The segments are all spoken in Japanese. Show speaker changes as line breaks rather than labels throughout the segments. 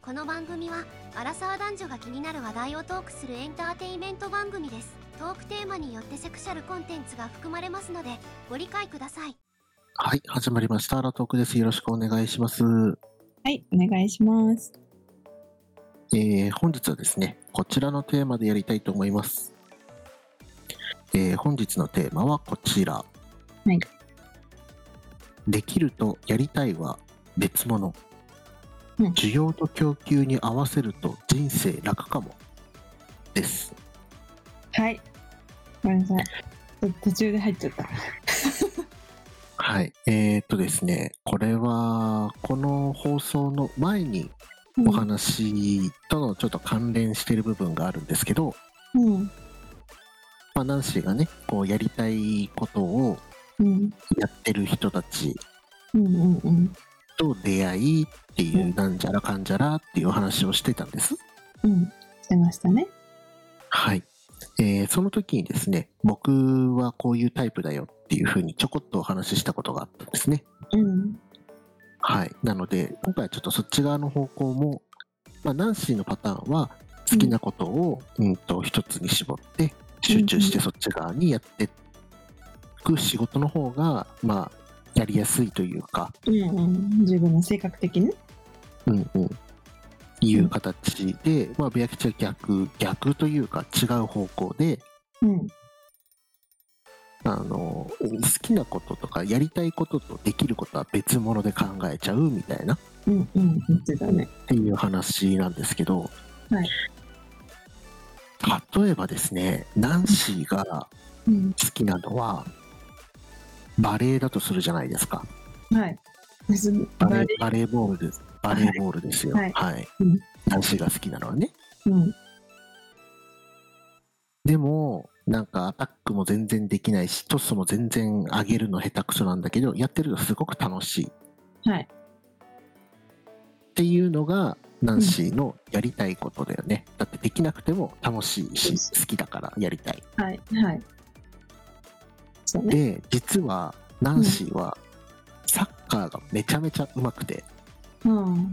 この番組はアラサー男女が気になる話題をトークするエンターテインメント番組ですトークテーマによってセクシャルコンテンツが含まれますのでご理解ください
はい、始まりました。アラトークです。よろしくお願いします。
はい、お願いします。
えー本日はですね、こちらのテーマでやりたいと思います。えー本日のテーマはこちら。
い
できるとやりたいは別物。
うん
需要と供給に合わせると人生楽かも。です。
はい。ごめんなさい。ちょっと途中で入っちゃった。
はい。えー、っとですね、これは、この放送の前にお話とのちょっと関連してる部分があるんですけど、
うん。
まあ、ナンシーがねこうやりたいことを
うん。
やってる人たち
うん。うん。うん。
と出会いっていううんなんじゃらかんじゃらっていうお話をしてたんです。
うん。してましたね。
はい、えーその時にですね僕はこういうタイプだよっていうふうにちょこっとお話ししたことがあったんですね。
うん。
はい、なので今回はちょっとそっち側の方向も、まあ、ナンシーのパターンは好きなことを、うん、と一つに絞って集中してそっち側にやっていく仕事の方が、まあ、やりやすいというか、
うん。うん。自分の性格的に。
うんうん、いう形で、まあ、ベアキチは逆逆というか違う方向で
うん。
あの好きなこととかやりたいこととできることは別物で考えちゃうみたいな。
うん。うん。言ってたね。
っていう話なんですけど、
はい
例えばですねナンシーが
うん。
好きなのはバレエだとするじゃないですか
はい。別に
バレーバレーボールですバレーボールですよは、
はいいうん
ナンシーが好きなのはね
うん。
でもなんかアタックも全然できないしトスも全然上げるの下手くそなんだけどやってるとすごく楽しいっ
はい。
ていうのがナンシーのやりたいことだよね、だってできなくても楽しいし好きだからやりたい
はい。はい。そうね。
で実はナンシーはサッカーがめちゃめちゃうまくて、
うん。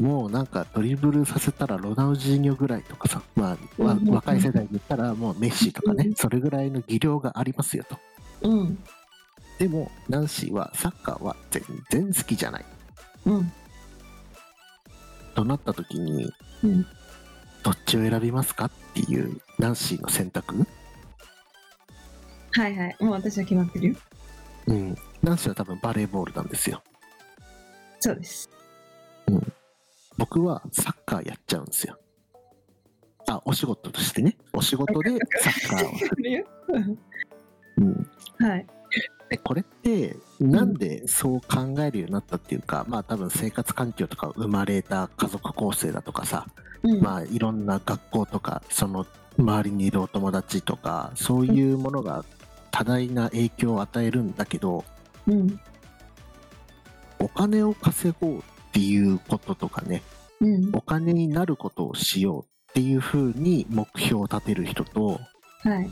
もうなんかドリブルさせたらロナウジーニョぐらいとかさ、まあわ
うんうんうん
若い世代に言ったらもうメッシとかね、
うん
それぐらいの技量がありますよと
うん。
でもナンシーはサッカーは全然好きじゃない
うん。
となった時に
うん。
どっちを選びますかっていうナンシーの選択、
はいはい。もう私は決まってるよ。
うん、ナンシーは多分バレーボールなんですよ
そうです。
僕はサッカーやっちゃうんですよあお仕事としてねお仕事でサッカーを
決まってるよ。
うん
はい。
でこれってなんでそう考えるようになったっていうか、まあ多分生活環境とか生まれた家族構成だとかさ、
うん。
まあいろんな学校とかその周りにいるお友達とかそういうものが多大な影響を与えるんだけど
うん。
お金を稼ごうっていうこととかね
うん。
お金になることをしようっていうふうに目標を立てる人と、
はい。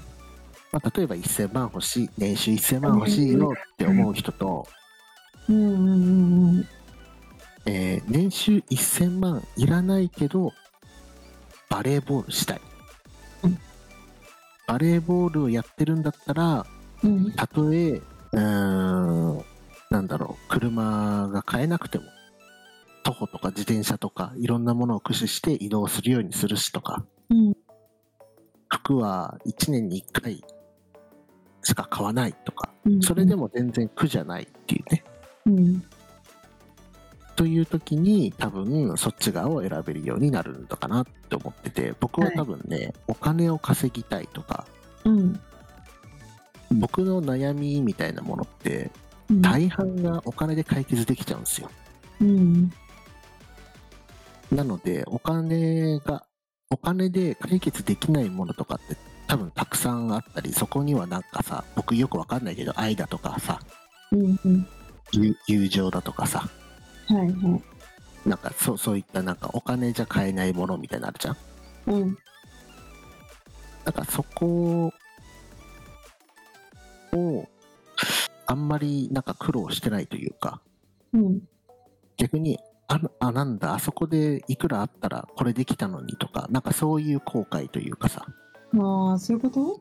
まあ、例えば1000万欲しい年収1000万欲しいよって思う人と。
うんうんうんうん。
えー年収1000万いらないけどバレーボールしたい、
うん
バレーボールをやってるんだったら
うん。
たとえうーんなんだろう車が買えなくても徒歩とか自転車とかいろんなものを駆使して移動するようにするしとか
うん。
服は1年に1回しか買わないとか
うん
それでも全然苦じゃないっていうね
うん。
という時に多分そっち側を選べるようになるのかなって思ってて僕は
はい
多分ね、お金を稼ぎたいとか
うん。
僕の悩みみたいなものって
うん。
大半がお金で解決できちゃうんですよ
うん。
なのでお金がお金で解決できないものとかって多分たくさんあったりそこにはなんかさ僕よくわかんないけど愛だとかさ
うん。うん。
友友情だとかさ
はいは
なんかそうそういったなんかお金じゃ買えないものみたいなのあるじゃん
い。うん。
なんかそこをあんまりなんか苦労してないというか
うん。
逆にああなんだあそこでいくらあったらこれできたのにとかなんかそういう後悔というかさ
ああ、そういうこと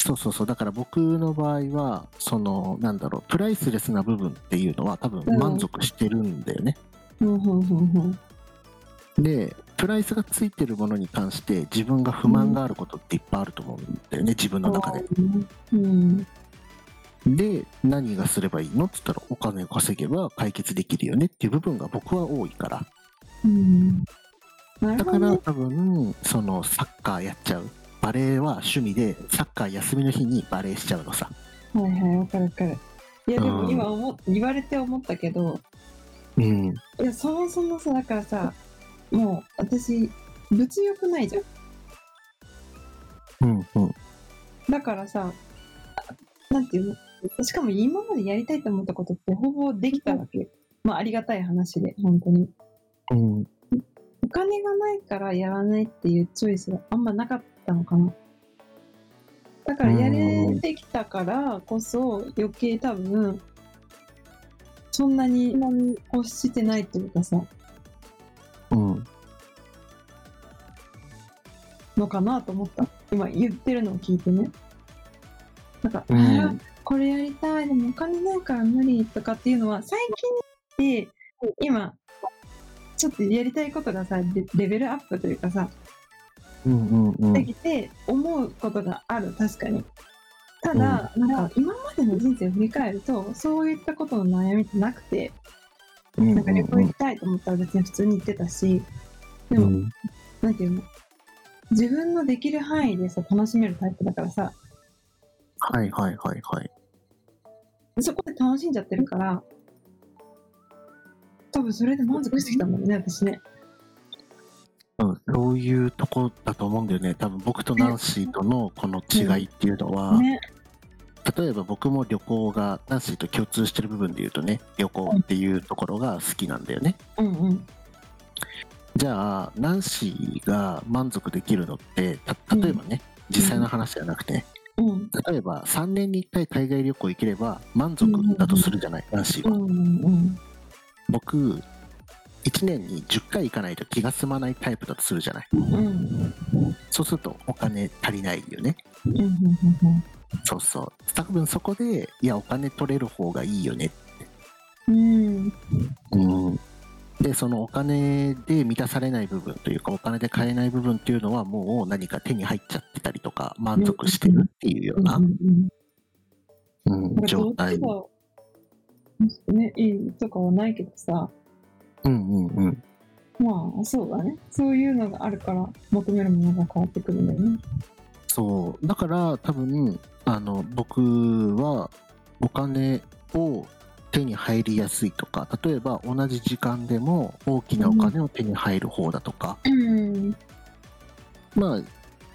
そうそうそうだから僕の場合はそのなんだろうプライスレスな部分っていうのは多分
うん
満足してるんだよね、
うんうんうん
でプライスがついてるものに関して自分が不満があることっていっぱいあると思うんだよね自分
う
の
ん。
中で。
うん。
で何がすればいいのって言ったらお金を稼げば解決できるよねっていう部分が僕は多いから
うん。な
だか
るほど
ら
ね。
多分そのサッカーやっちゃうバレーは趣味でサッカー休みの日にバレーしちゃうのさ、
はいはい、わかるわかる。いや、で
う
も
ん
今思、言われて思ったけど、
うん、
いや、そもそもさ、だからさ、もう、私、物欲ないじゃん。
うんうん
だからさ、あなんていうのしかも今までやりたいと思ったことってほぼできたわけよ。まあありがたい話で、本当に。
うん
お金がないからやらないっていうチョイスがあんまなかったのかな。だからやれてきたからこそ余計多分、そんなに欲してないっていうかさ、
うん
のかなと思った。今言ってるのを聞いてね。なんか、
うん
あーこれやりたい、でもお金ないから無理とかっていうのは、最近になって、今、ちょっとやりたいことがさ、レレベルアップというかさ、
うんうんうん
できて思うことがある、確かに。ただ、なんか今までの人生を振り返ると、そういったことの悩みってなくて、
うん
なんか旅行行きたいと思ったら別に普通に行ってたし、でも、なんていうの自分のできる範囲でさ、楽しめるタイプだからさ、
はいはいはいはい
そこで楽しんじゃってるから、多分それで満足してきたんだろうね、私ね。
うん、そういうとこだと思うんだよね多分僕とナンシーとのこの違いっていうのは、
ね。
例えば僕も旅行がナンシーと共通してる部分で言うとね旅行っていうところが好きなんだよね
うんうん。
じゃあナンシーが満足できるのってた例えばね、実際の話じゃなくてね、
うん。
例えば3年に1回海外旅行行ければ満足だとするじゃない、ナンシー
う
は、
んうん
僕1年に10回行かないと気が済まないタイプだとするじゃない
うん。うんうん
そうするとお金足りないよね
うんうん
そうそう多分そこでいやお金取れる方がいいよね
うん。うん。
うん、でそのお金で満たされない部分というかお金で買えない部分っていうのはもう何か手に入っちゃってたりとか満足してるっていうような
うん、うん
うん
うん。
状態
だからね、いいとかはないけどさ、
うんうんうん
まあそうだね。そういうのがあるから求めるものが変わってくるんだよね。
そうだから多分あの僕はお金を手に入りやすいとか例えば同じ時間でも大きなお金を手に入る方だとか、
うん。
まあ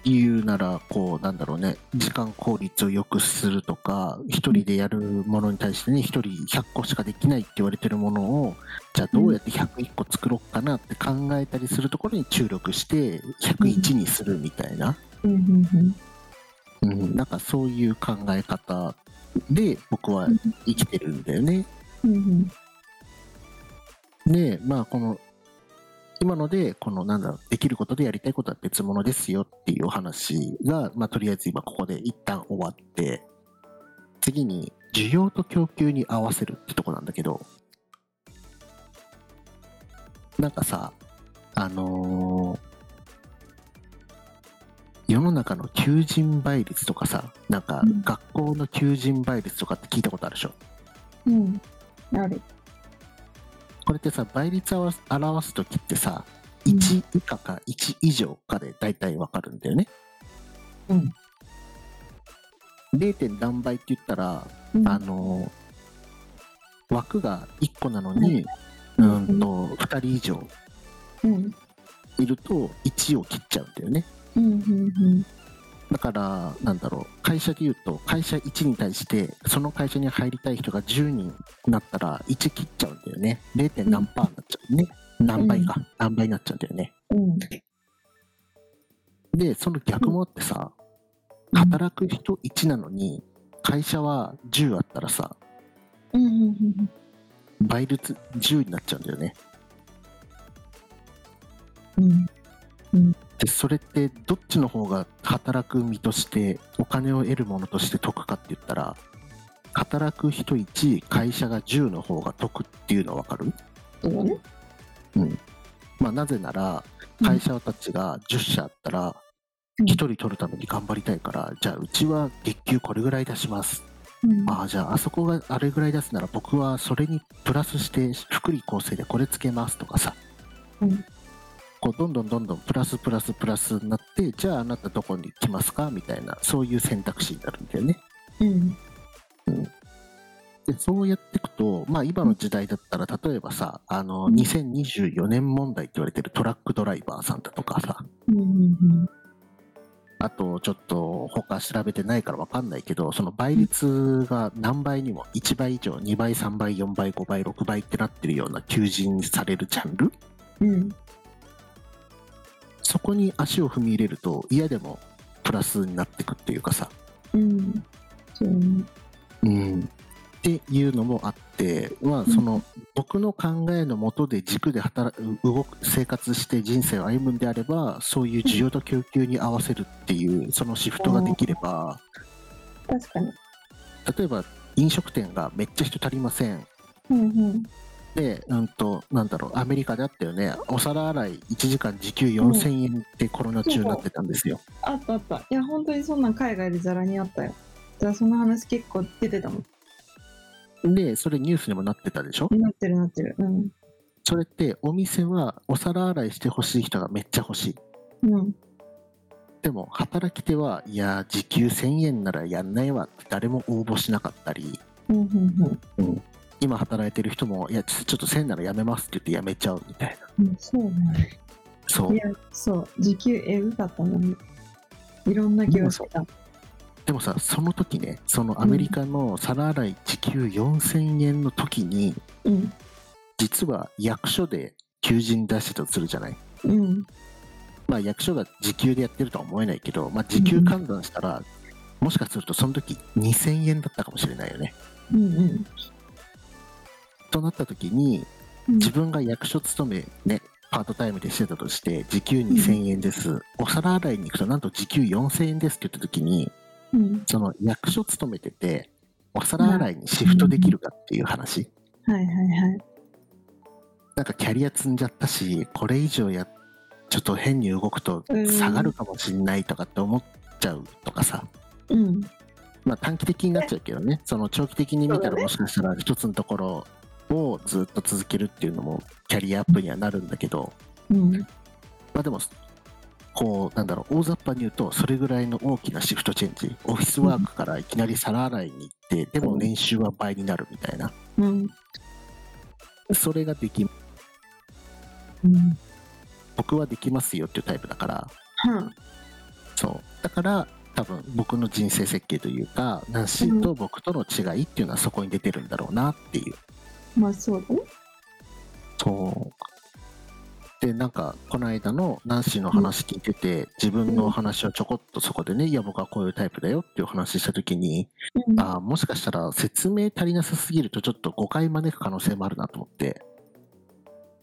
言うならこうなんだろうね時間効率を良くするとか一人でやるものに対してね一人100個しかできないって言われてるものをじゃあどうやって101個作ろうかなって考えたりするところに注力して101にするみたいな、
うんうんうん。
うん、なんかそういう考え方で僕は生きてるんだよね。
うんうん。
でまあこの今のでこのなんだろうできることでやりたいことは別物ですよっていうお話が、まあ、とりあえず今ここで一旦終わって次に需要と供給に合わせるってとこなんだけどなんかさあのー世の中の求人倍率とかさなんか
うん
学校の求人倍率とかって聞いたことあるでしょ
うん。ある。
これってさ倍率を表す表す時ってさ
うん
1以下か1以上かで大体わかるんだよね。
うん。
0. 点何倍って言ったら、
うん
あのー枠が1個なのに、う
うん
ん、と2人以上
うん。
いると1を切っちゃうんだよね。
うんうん
だからなんだろう会社で言うと会社1に対してその会社に入りたい人が10人になったら1切っちゃうんだよね。0. 点何パーになっちゃうね。何倍か、何倍になっちゃうんだよね。
うん。うん。
でその逆もあってさ、
うん
働く人1なのに会社は10あったらさ
うんうんうん
倍率10になっちゃうんだよね
うん
でそれってどっちの方が働く身としてお金を得るものとして得かって言ったら働く人1会社が10の方が得っていうの分かる、
そうだね
まあ、なぜなら
うん
会社たちが10社あったら
うん
1人取るために頑張りたいから、じゃあうちは月給これぐらい出します
うん
ああじゃああそこがあれぐらい出すなら僕はそれにプラスして福利厚生でこれつけますとかさ、
うん
こうどんどんどんどんプラスプラスプラスになってじゃああなたどこに来ますかみたいなそういう選択肢になるんだよね
うん
でそうやっていくとまあ今の時代だったら例えばさあの2024年問題って言われてるトラックドライバーさんだとかさ
うんうん
あとちょっと他調べてないから分かんないけどその倍率が何倍にも1倍以上2倍3倍4倍5倍6倍ってなってるような求人されるジャンル
うん
そこに足を踏み入れると嫌でもプラスになってくっていうかさ
うんそうだね
うんっていうのもあっては
ん
その僕の考えのもとで軸で働く動く生活して人生を歩むんであればそういう需要と供給に合わせるっていうそのシフトができれば
確かに
例えば飲食店がめっちゃ人足りません
うん
で、うんと、なんだろう、アメリカであったよね、お皿洗い1時間時給4000円ってコロナ中になってたんですよ。
あったあったいや本当にそんなん海外でザラにあったよじゃあその話結構出てたもん
で、それニュースにもなってたでしょ
なってるなってるうん
それって、お店はお皿洗いしてほしい人がめっちゃ欲しい。
うん
でも、働き手は、いやー、時給1000円ならやんないわって誰も応募しなかったり、
うんうん
今働いてる人も、いや、ちょちょっと1000ならやめますって言ってやめちゃうみたいな。
うんうんそうね
そ
いうや。そう時給えぐかったのにいろんな業種が
でもさ、その時ね、そのアメリカの皿洗い時給4000円の時に、
うん
実は役所で求人出してたとするじゃない、
うん
まあ、役所が時給でやってるとは思えないけど、まあ、時給換算したら、もしかするとその時2000円だったかもしれないよね。
うんうん
となった時に
うん
自分が役所勤めねパートタイムでしてたとして時給2000円です、お皿洗いに行くとなんと時給4000円ですって言った時に
うん
その役所勤めててお皿洗いにシフトできるかっていう話。
はいはいはい
なんかキャリア積んじゃったし、これ以上や、ちょっと変に動くと
うん
下がるかもしんないとかって思っちゃうとかさ、
うん
まあ短期的になっちゃうけどね、その長期的に見た
そうだ
ら
ね
もしかしたら一つのところをずっと続けるっていうのもキャリアアップにはなるんだけど、
うん
まあでも、こう、なんだろう、大雑把に言うと、それぐらいの大きなシフトチェンジ、オフィスワークからいきなり皿洗いに行って、でも年収は倍になるみたいな、
うん
それができ、
うん
僕はできますよっていうタイプだから、
は
そうだから多分僕の人生設計というかナンシーと僕との違いっていうのはそこに出てるんだろうなっていう。
あまあそうだね
そうでなんかこの間のナンシーの話聞いてて、自分の話をちょこっとそこでねいや僕はこういうタイプだよっていう話した時に、
うん
あーもしかしたら説明足りなさすぎるとちょっと誤解招く可能性もあるなと思って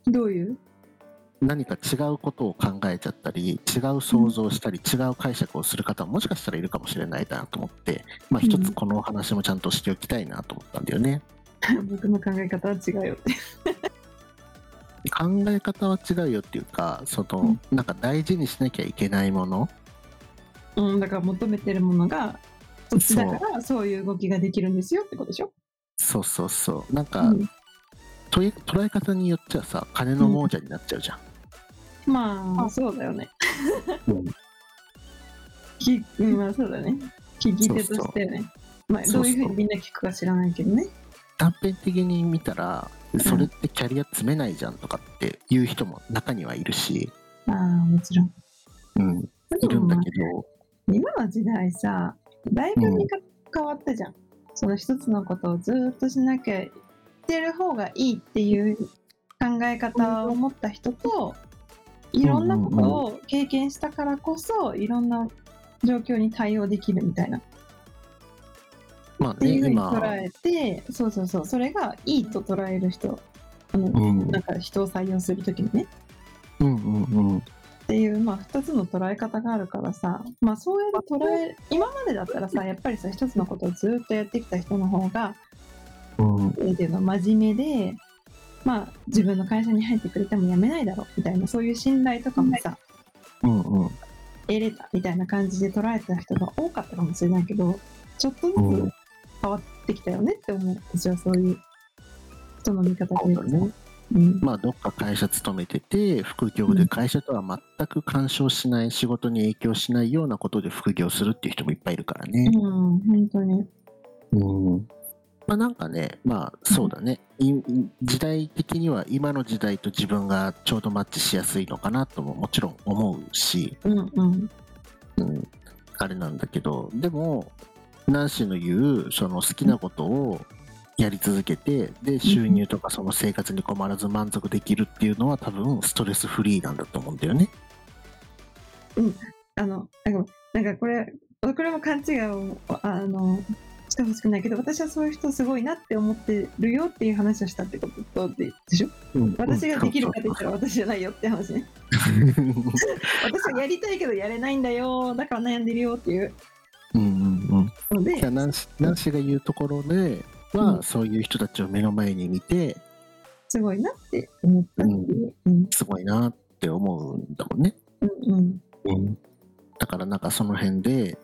どう いう
何か違うことを考えちゃったり違う想像をしたり、違う解釈をする方ももしかしたらいるかもしれないなと思って、まあ、
うん
一つこのお話もちゃんとしておきたいなと思ったんだよね。
僕の考え方は違うよって
考え方は違うよっていうかその、
うん
なんか大事にしなきゃいけないもの
うんだから求めてるものがそっちだからそういう動きができるんですよってことでしょ
そうそうそうなんか、
うん
とえ捉え方によっちゃさ金の亡者になっちゃうじゃん。
まあそうだよね
うん
き、うん、まあそうだね。聞き手としてね。まあ、
そ
ど
う
う
そう
いうふうにみんな聞くか知らないけどね。
断片的に見たらそれってキャリア詰めないじゃんとかっていう人も中にはいるし、
ああ、もちろん。
うん、いるんだけど。
今の時代さ、だいぶ見か変わったじゃん。その一つのことをずーっとしなきゃいける方がいいっていう考え方を持った人と、いろんなことを経験したからこそ、いろんな状況に対応できるみたいな。
まあ
ってい
ね、
うふうに
今、
捉えて、そうそうそう、それがいいと捉える人、あの
うん
なんか人を採用するときにね。
うんうんうん
っていう、まあ、2つの捉え方があるからさ、まあ、そういうの捉え今までだったらさやっぱりさ1つのことをずっとやってきた人の方が
うん
なんていうの真面目で、まあ、自分の会社に入ってくれても辞めないだろうみたいなそういう信頼とかもさ
うんうん
得れたみたいな感じで捉えてた人が多かったかもしれないけどちょっとずつ
うん
変わってきたよねって思う私はそういう人の見方というかさ
そうだね
うん
まあどっか会社勤めてて副業で会社とは全く干渉しない仕事に影響しないようなことで副業するっていう人もいっぱいいるからね
う、ん、本当に。
うんまあなんかねまあそうだね、い時代的には今の時代と自分がちょうどマッチしやすいのかなとももちろん思うし、
うんうん。
うん、あれなんだけどでもナンシーの言うその好きなことをやり続けてで収入とかその生活に困らず満足できるっていうのは多分ストレスフリーなんだと思うんだよね。
あの、あごめんなんかこれ、これも勘違いを、あの、してほしくないけど、私はそういう人すごいなって思ってるよっていう話をしたってことででしょ私ができるかって言ったら私じゃないよって話ね。私はやりたいけどやれないんだよ、だから悩んでるよっていう
うんうんうん
の
いや
で、
ナンシナンシーが言うところでは、
うん
そういう人たちを目の前に見て
すごいなって思ったっていう。うん、
すごいなって思うんだもんね、
うん、うん。
だからなんかその辺で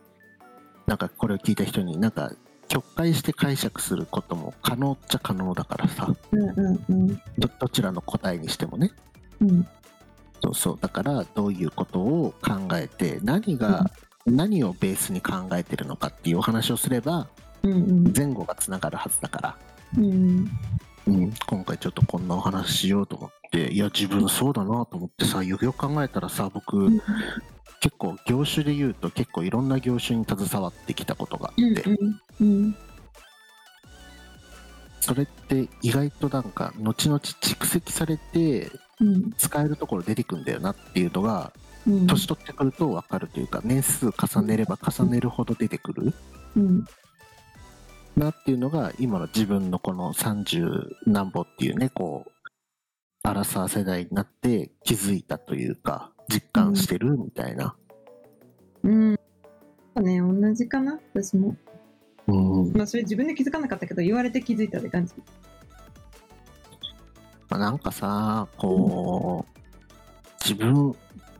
なんかこれを聞いた人になんか曲解して解釈することも可能っちゃ可能だからさ
うん、うん、うん。
どどちらの答えにしてもね
うん、
そうそうだからどういうことを考えて何が、何をベースに考えてるのかっていうお話をすれば
うん、
前後がつながるはずだから
うん。
うん、今回ちょっとこんなお話ししようと思っていや自分そうだなと思ってさよくよく考えたらさ僕、
うん
結構業種で言うと結構いろんな業種に携わってきたことがあって、
うん、うん。
それって意外となんか後々蓄積されて
うん、
使えるところ出てくんだよなっていうのが
うん。
年取ってくると分かるというか年数重ねれば重ねるほど出てくる
うん、
なっていうのが今の自分のこの30何歩っていうねこうアラサー世代になって気づいたというか実感してるみたいな、
うん。ね、同じかな、私も。
うんま
まあ、それ自分で気づかなかったけど、言われて気づいたって感じ。
あ、なんかさこう、自分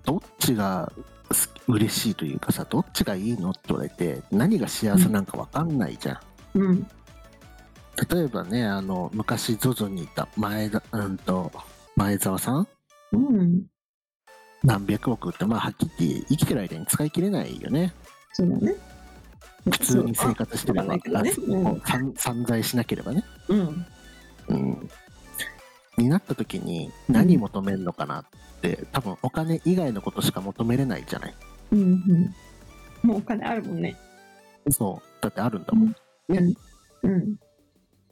どっちが好き嬉しいというかさどっちがいいのって言われて何が幸せなんか分かんないじゃん。
うん。
例えばねあの昔 ZOZO にいた前田、うん、と前澤さん
うん。
何百億ってまあはっきり言って生きてる間に使い切れないよね。
そうだね。
普通に生活してれば、
わかんないけどね
あ散散財しなければね、
うん。
うん、になった時に何求めるのかなって、多分お金以外のことしか求めれないじゃない
うん。うん。もうお金あるもんね。
そうだってあるんだもん、
うんうん。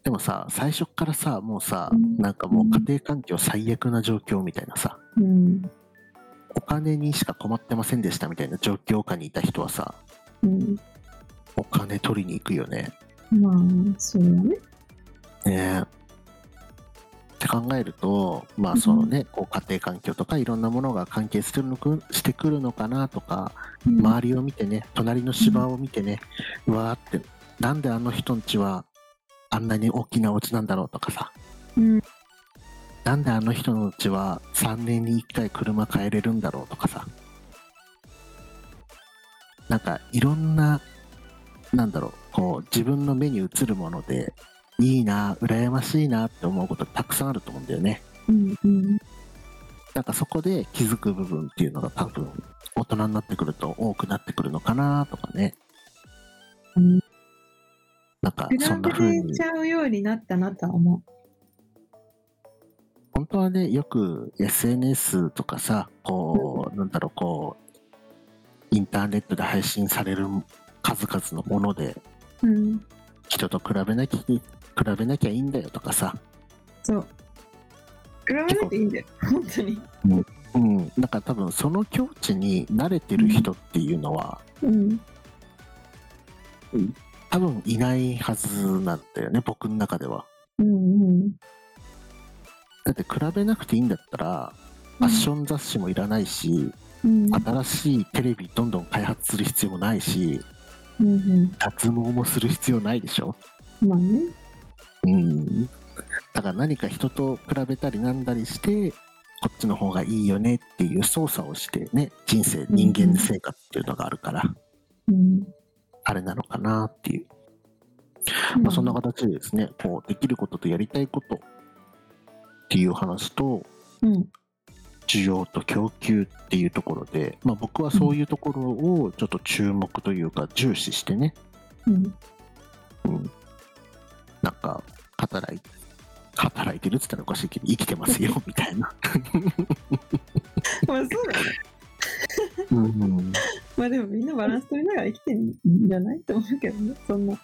でもさ最初っからさもうさ、
うん
なんかもう家庭環境最悪な状況みたいなさ
うん。
お金にしか困ってませんでしたみたいな状況下にいた人はさ
うん。
お金取りに行くよね
まあ、そうだね。
ねえって考えるとまあそのね、こう家庭環境とかいろんなものが関係してるのくしてくるのかなとか周りを見てね隣の芝を見てね、うわーってなんであの人んちはあんなに大きなお家なんだろうとかさ
うん。
なんであの人のうちは3年に1回車買えれるんだろうとかさなんかいろんななんだろうこう自分の目に映るものでいいな羨ましいなって思うことたくさんあると思うんだよね
うん。うん。
なんかそこで気づく部分っていうのが多分大人になってくると多くなってくるのかなとかね
うん
なんか
比
そんな
べ
風
て
に
ちゃうようになったなとは思
本当はねよく SNS とかさこうなんだろうこうインターネットで配信される数々のもので
う。うん。
人と比べなきゃ比べなきゃいいんだよとかさ、
そう。比べなくていいんだよ。本当に。
うん、なんか多分その境地に慣れてる人っていうのは
うん。
多分いないはずなんだよね僕の中では。
うん。うん。
だって比べなくていいんだったらファッション雑誌もいらないし、
うん
新しいテレビどんどん開発する必要もないし
うん
脱毛もする必要ないでしょ
うんまあね
うんだから何か人と比べたりなんだりしてこっちの方がいいよねっていう操作をしてね人生人間生活っていうのがあるから、
うん
あれなのかなっていう、まあ、そんな形でですねこうできることとやりたいことっていう話と
うん
需要と供給っていうところで、まあ、僕はそういうところをちょっと注目というか重視してね、
うん
うん、なんか働い働いてるって言ったらおかしいけど生きてますよみたいな、
まあそうだね
うん、
まあでもみんなバランス取りながら生きてるんじゃないと思うけどねそんな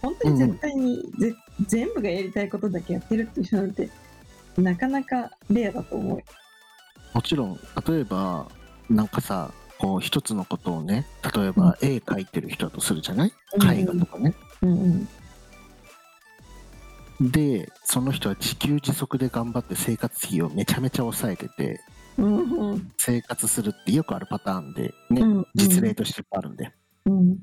本当に絶対に、ぜ全部がやりたいことだけやってるっていう人なんてなかなかレアだと思う
もちろん例えばなんかさこう一つのことをね例えば絵描いてる人だとするじゃない
うん
絵画とかね、
うんうん
でその人は自給自足で頑張って生活費をめちゃめちゃ抑えてて
うんうん
生活するってよくあるパターンでね、
うんうん
実例としていっぱいあるんで、
うん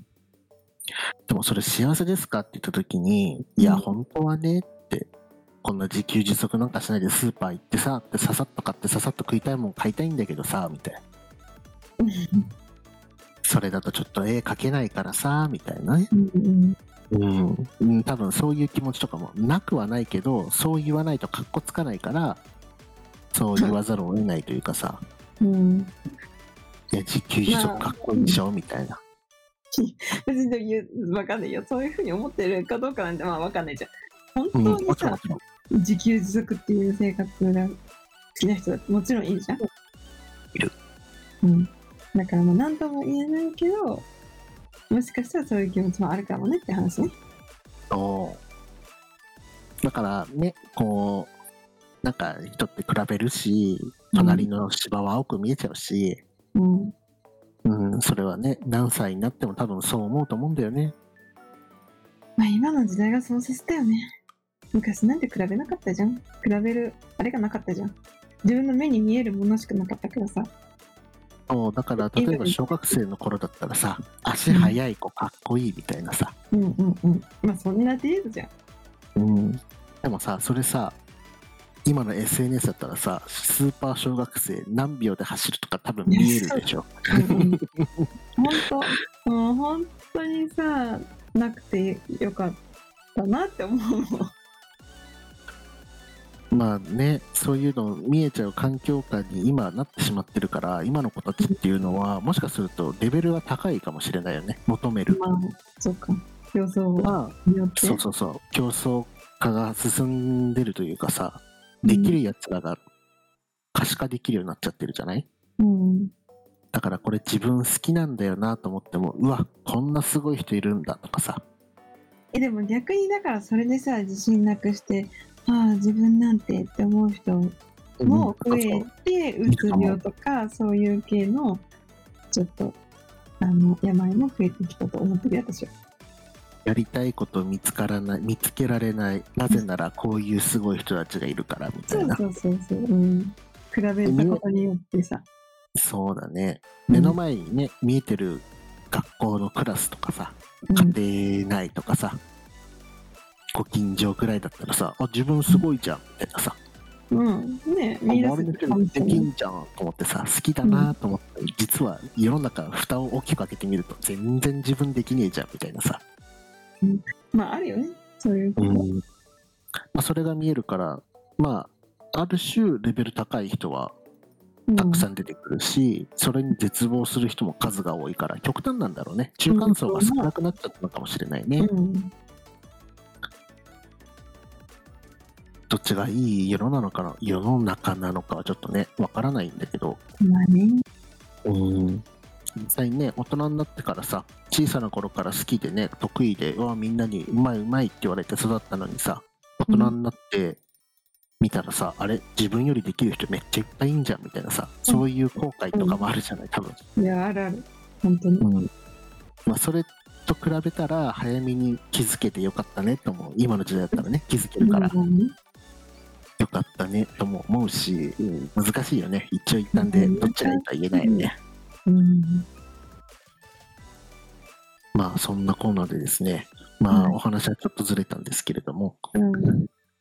でもそれ幸せですかって言った時に、いや、
うん
本当はねって、こんな自給自足なんかしないでスーパー行ってさ、ってささっと買ってささっと食いたいもん買いたいんだけどさ、みたいな。それだとちょっと絵描けないからさ、みたいなね。
うんうん
うん。うん、多分そういう気持ちとかもなくはないけど、そう言わないとかっこつかないから、そう言わざるを得ないというかさ、
うん
いや、自給自足かっこいいでしょ、みたいな。
別にでも言うわかんないよそういうふうに思ってるかどうかなんてまあわかんないじゃん本
うん、
当
も
に
ちろんも、
さ
ちろん
自給自足っていう生活が好きな人だってもちろんいいじゃん
いる
うんだからまあ何とも言えないけどもしかしたらそういう気持ちもあるかもねって話ね
そうだからねこうなんか人って比べるし隣の芝は青く見えちゃうし、
うん
うん、それはね何歳になっても多分そう思うと思うんだよね
まあ今の時代がそうさせたよね昔なんて比べなかったじゃん比べるあれがなかったじゃん自分の目に見えるものしかなかったからさ
そうだから例えば小学生の頃だったらさ足速い子かっこいいみたいなさ、
うんうんうんまあそんな程度じゃん
うん、でもさそれさ今の SNS だったらさスーパー小学生何秒で走るとか多分見えるでしょ
本当、もう本当にさ、なくてよかったなって思うもん。
まあね、そういうの見えちゃう環境下に今なってしまってるから、今の子たちっていうのは、もしかするとレベルは高いかもしれないよね、求める。
まあ、そうか。予想
まあ、
によって。
そうそうそう、競争化が進んでるというかさ、できるやつらが可視化できるようになっちゃってるじゃない
うん。
だからこれ自分好きなんだよなと思っても、うわ、こんなすごい人いるんだとかさ、
え、でも逆にだからそれでさ、自信なくして、ああ、自分なんてって思う人も
う
増
ん
えて、うつ病とか、そういう系の、ちょっと、あの、病も増えてきたと思ってるよ私は。
やりたいこと見つからない、見つけられない、なぜならこういうすごい人たちがいるからみた
そ
いうな。
そうそうそう。うん。比べたことによってさ。
そうだね。
うん
目の前にね、見えてる学校のクラスとかさ、
うん
家庭内とかさ、ご近所ぐらいだったらさ、あ、自分すごいじゃん、みたいなさ、
うん、ね
あ
見出
周り
せ
の人
たかも
に
し
で
れ
き
ない。
んじゃんと思ってさ、好きだなと思って、実は世の中、蓋を大きく開けてみると、全然自分できねえじゃん、みたいなさ。
まあ、あるよね。そういうこと。
まあ、それが見えるから、まあ、ある種、レベル高い人は
うん
たくさん出てくるし、それに絶望する人も数が多いから極端なんだろうね中間層が少なくなっちゃったのかもしれないね、
うん。
どっちがいい世の中なのかな世の中なのかはちょっとねわからないんだけど
まあね。
うん実際にね大人になってからさ小さな頃から好きでね得意でうわみんなにうまいうまいって言われて育ったのにさ大人になって見たらさ、あれ自分よりできる人めっちゃいっぱいいんじゃんみたいなさそういう後悔とかもあるじゃない多分
いや、あるある。本当に。
うんまあ、それと比べたら早めに気づけてよかったねと思う今の時代だったらね気づけるから、
まあね
よかったねとも思うし、難しいよね一長一短で
うん
どっちがいいとは言えないよね、
うん
まあそんなコーナーでですねま
は
あ
い
お話はちょっとずれたんですけれども、
うん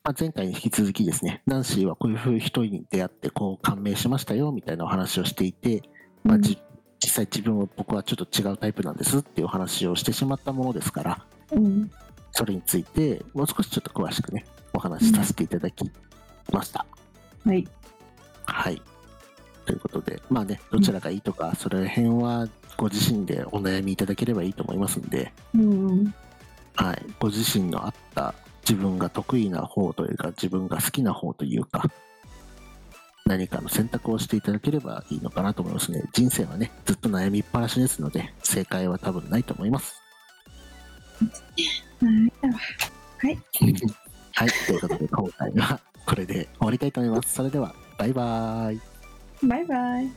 まあ、前回に引き続きですねナンシーはこういうふう人に出会ってこう感銘しましたよみたいなお話をしていて、まあ、じ実際自分は僕はちょっと違うタイプなんですっていうお話をしてしまったものですから
うん
それについてもう少しちょっと詳しくねお話しさせていただきました。
はい
はい。ということで、まあね、どちらがいいとか、それら辺はご自身でお悩みいただければいいと思いますんで、
うん
はい、ご自身のあった自分が得意な方というか、自分が好きな方というか、何かの選択をしていただければいいのかなと思いますね。人生はね、ずっと悩みっぱなしですので、正解は多分ないと思います。はい、ということで、今回はこれで終わりたいと思います。それでは、バイバーイ。
バイバイ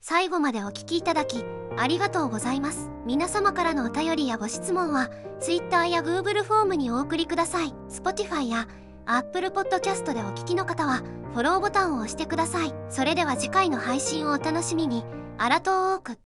最後までお聞きいただきありがとうございます皆様からのお便りやご質問は Twitter や Google フォームにお送りください Spotify や Apple Podcast でお聞きの方はフォローボタンを押してくださいそれでは次回の配信をお楽しみにあらとーく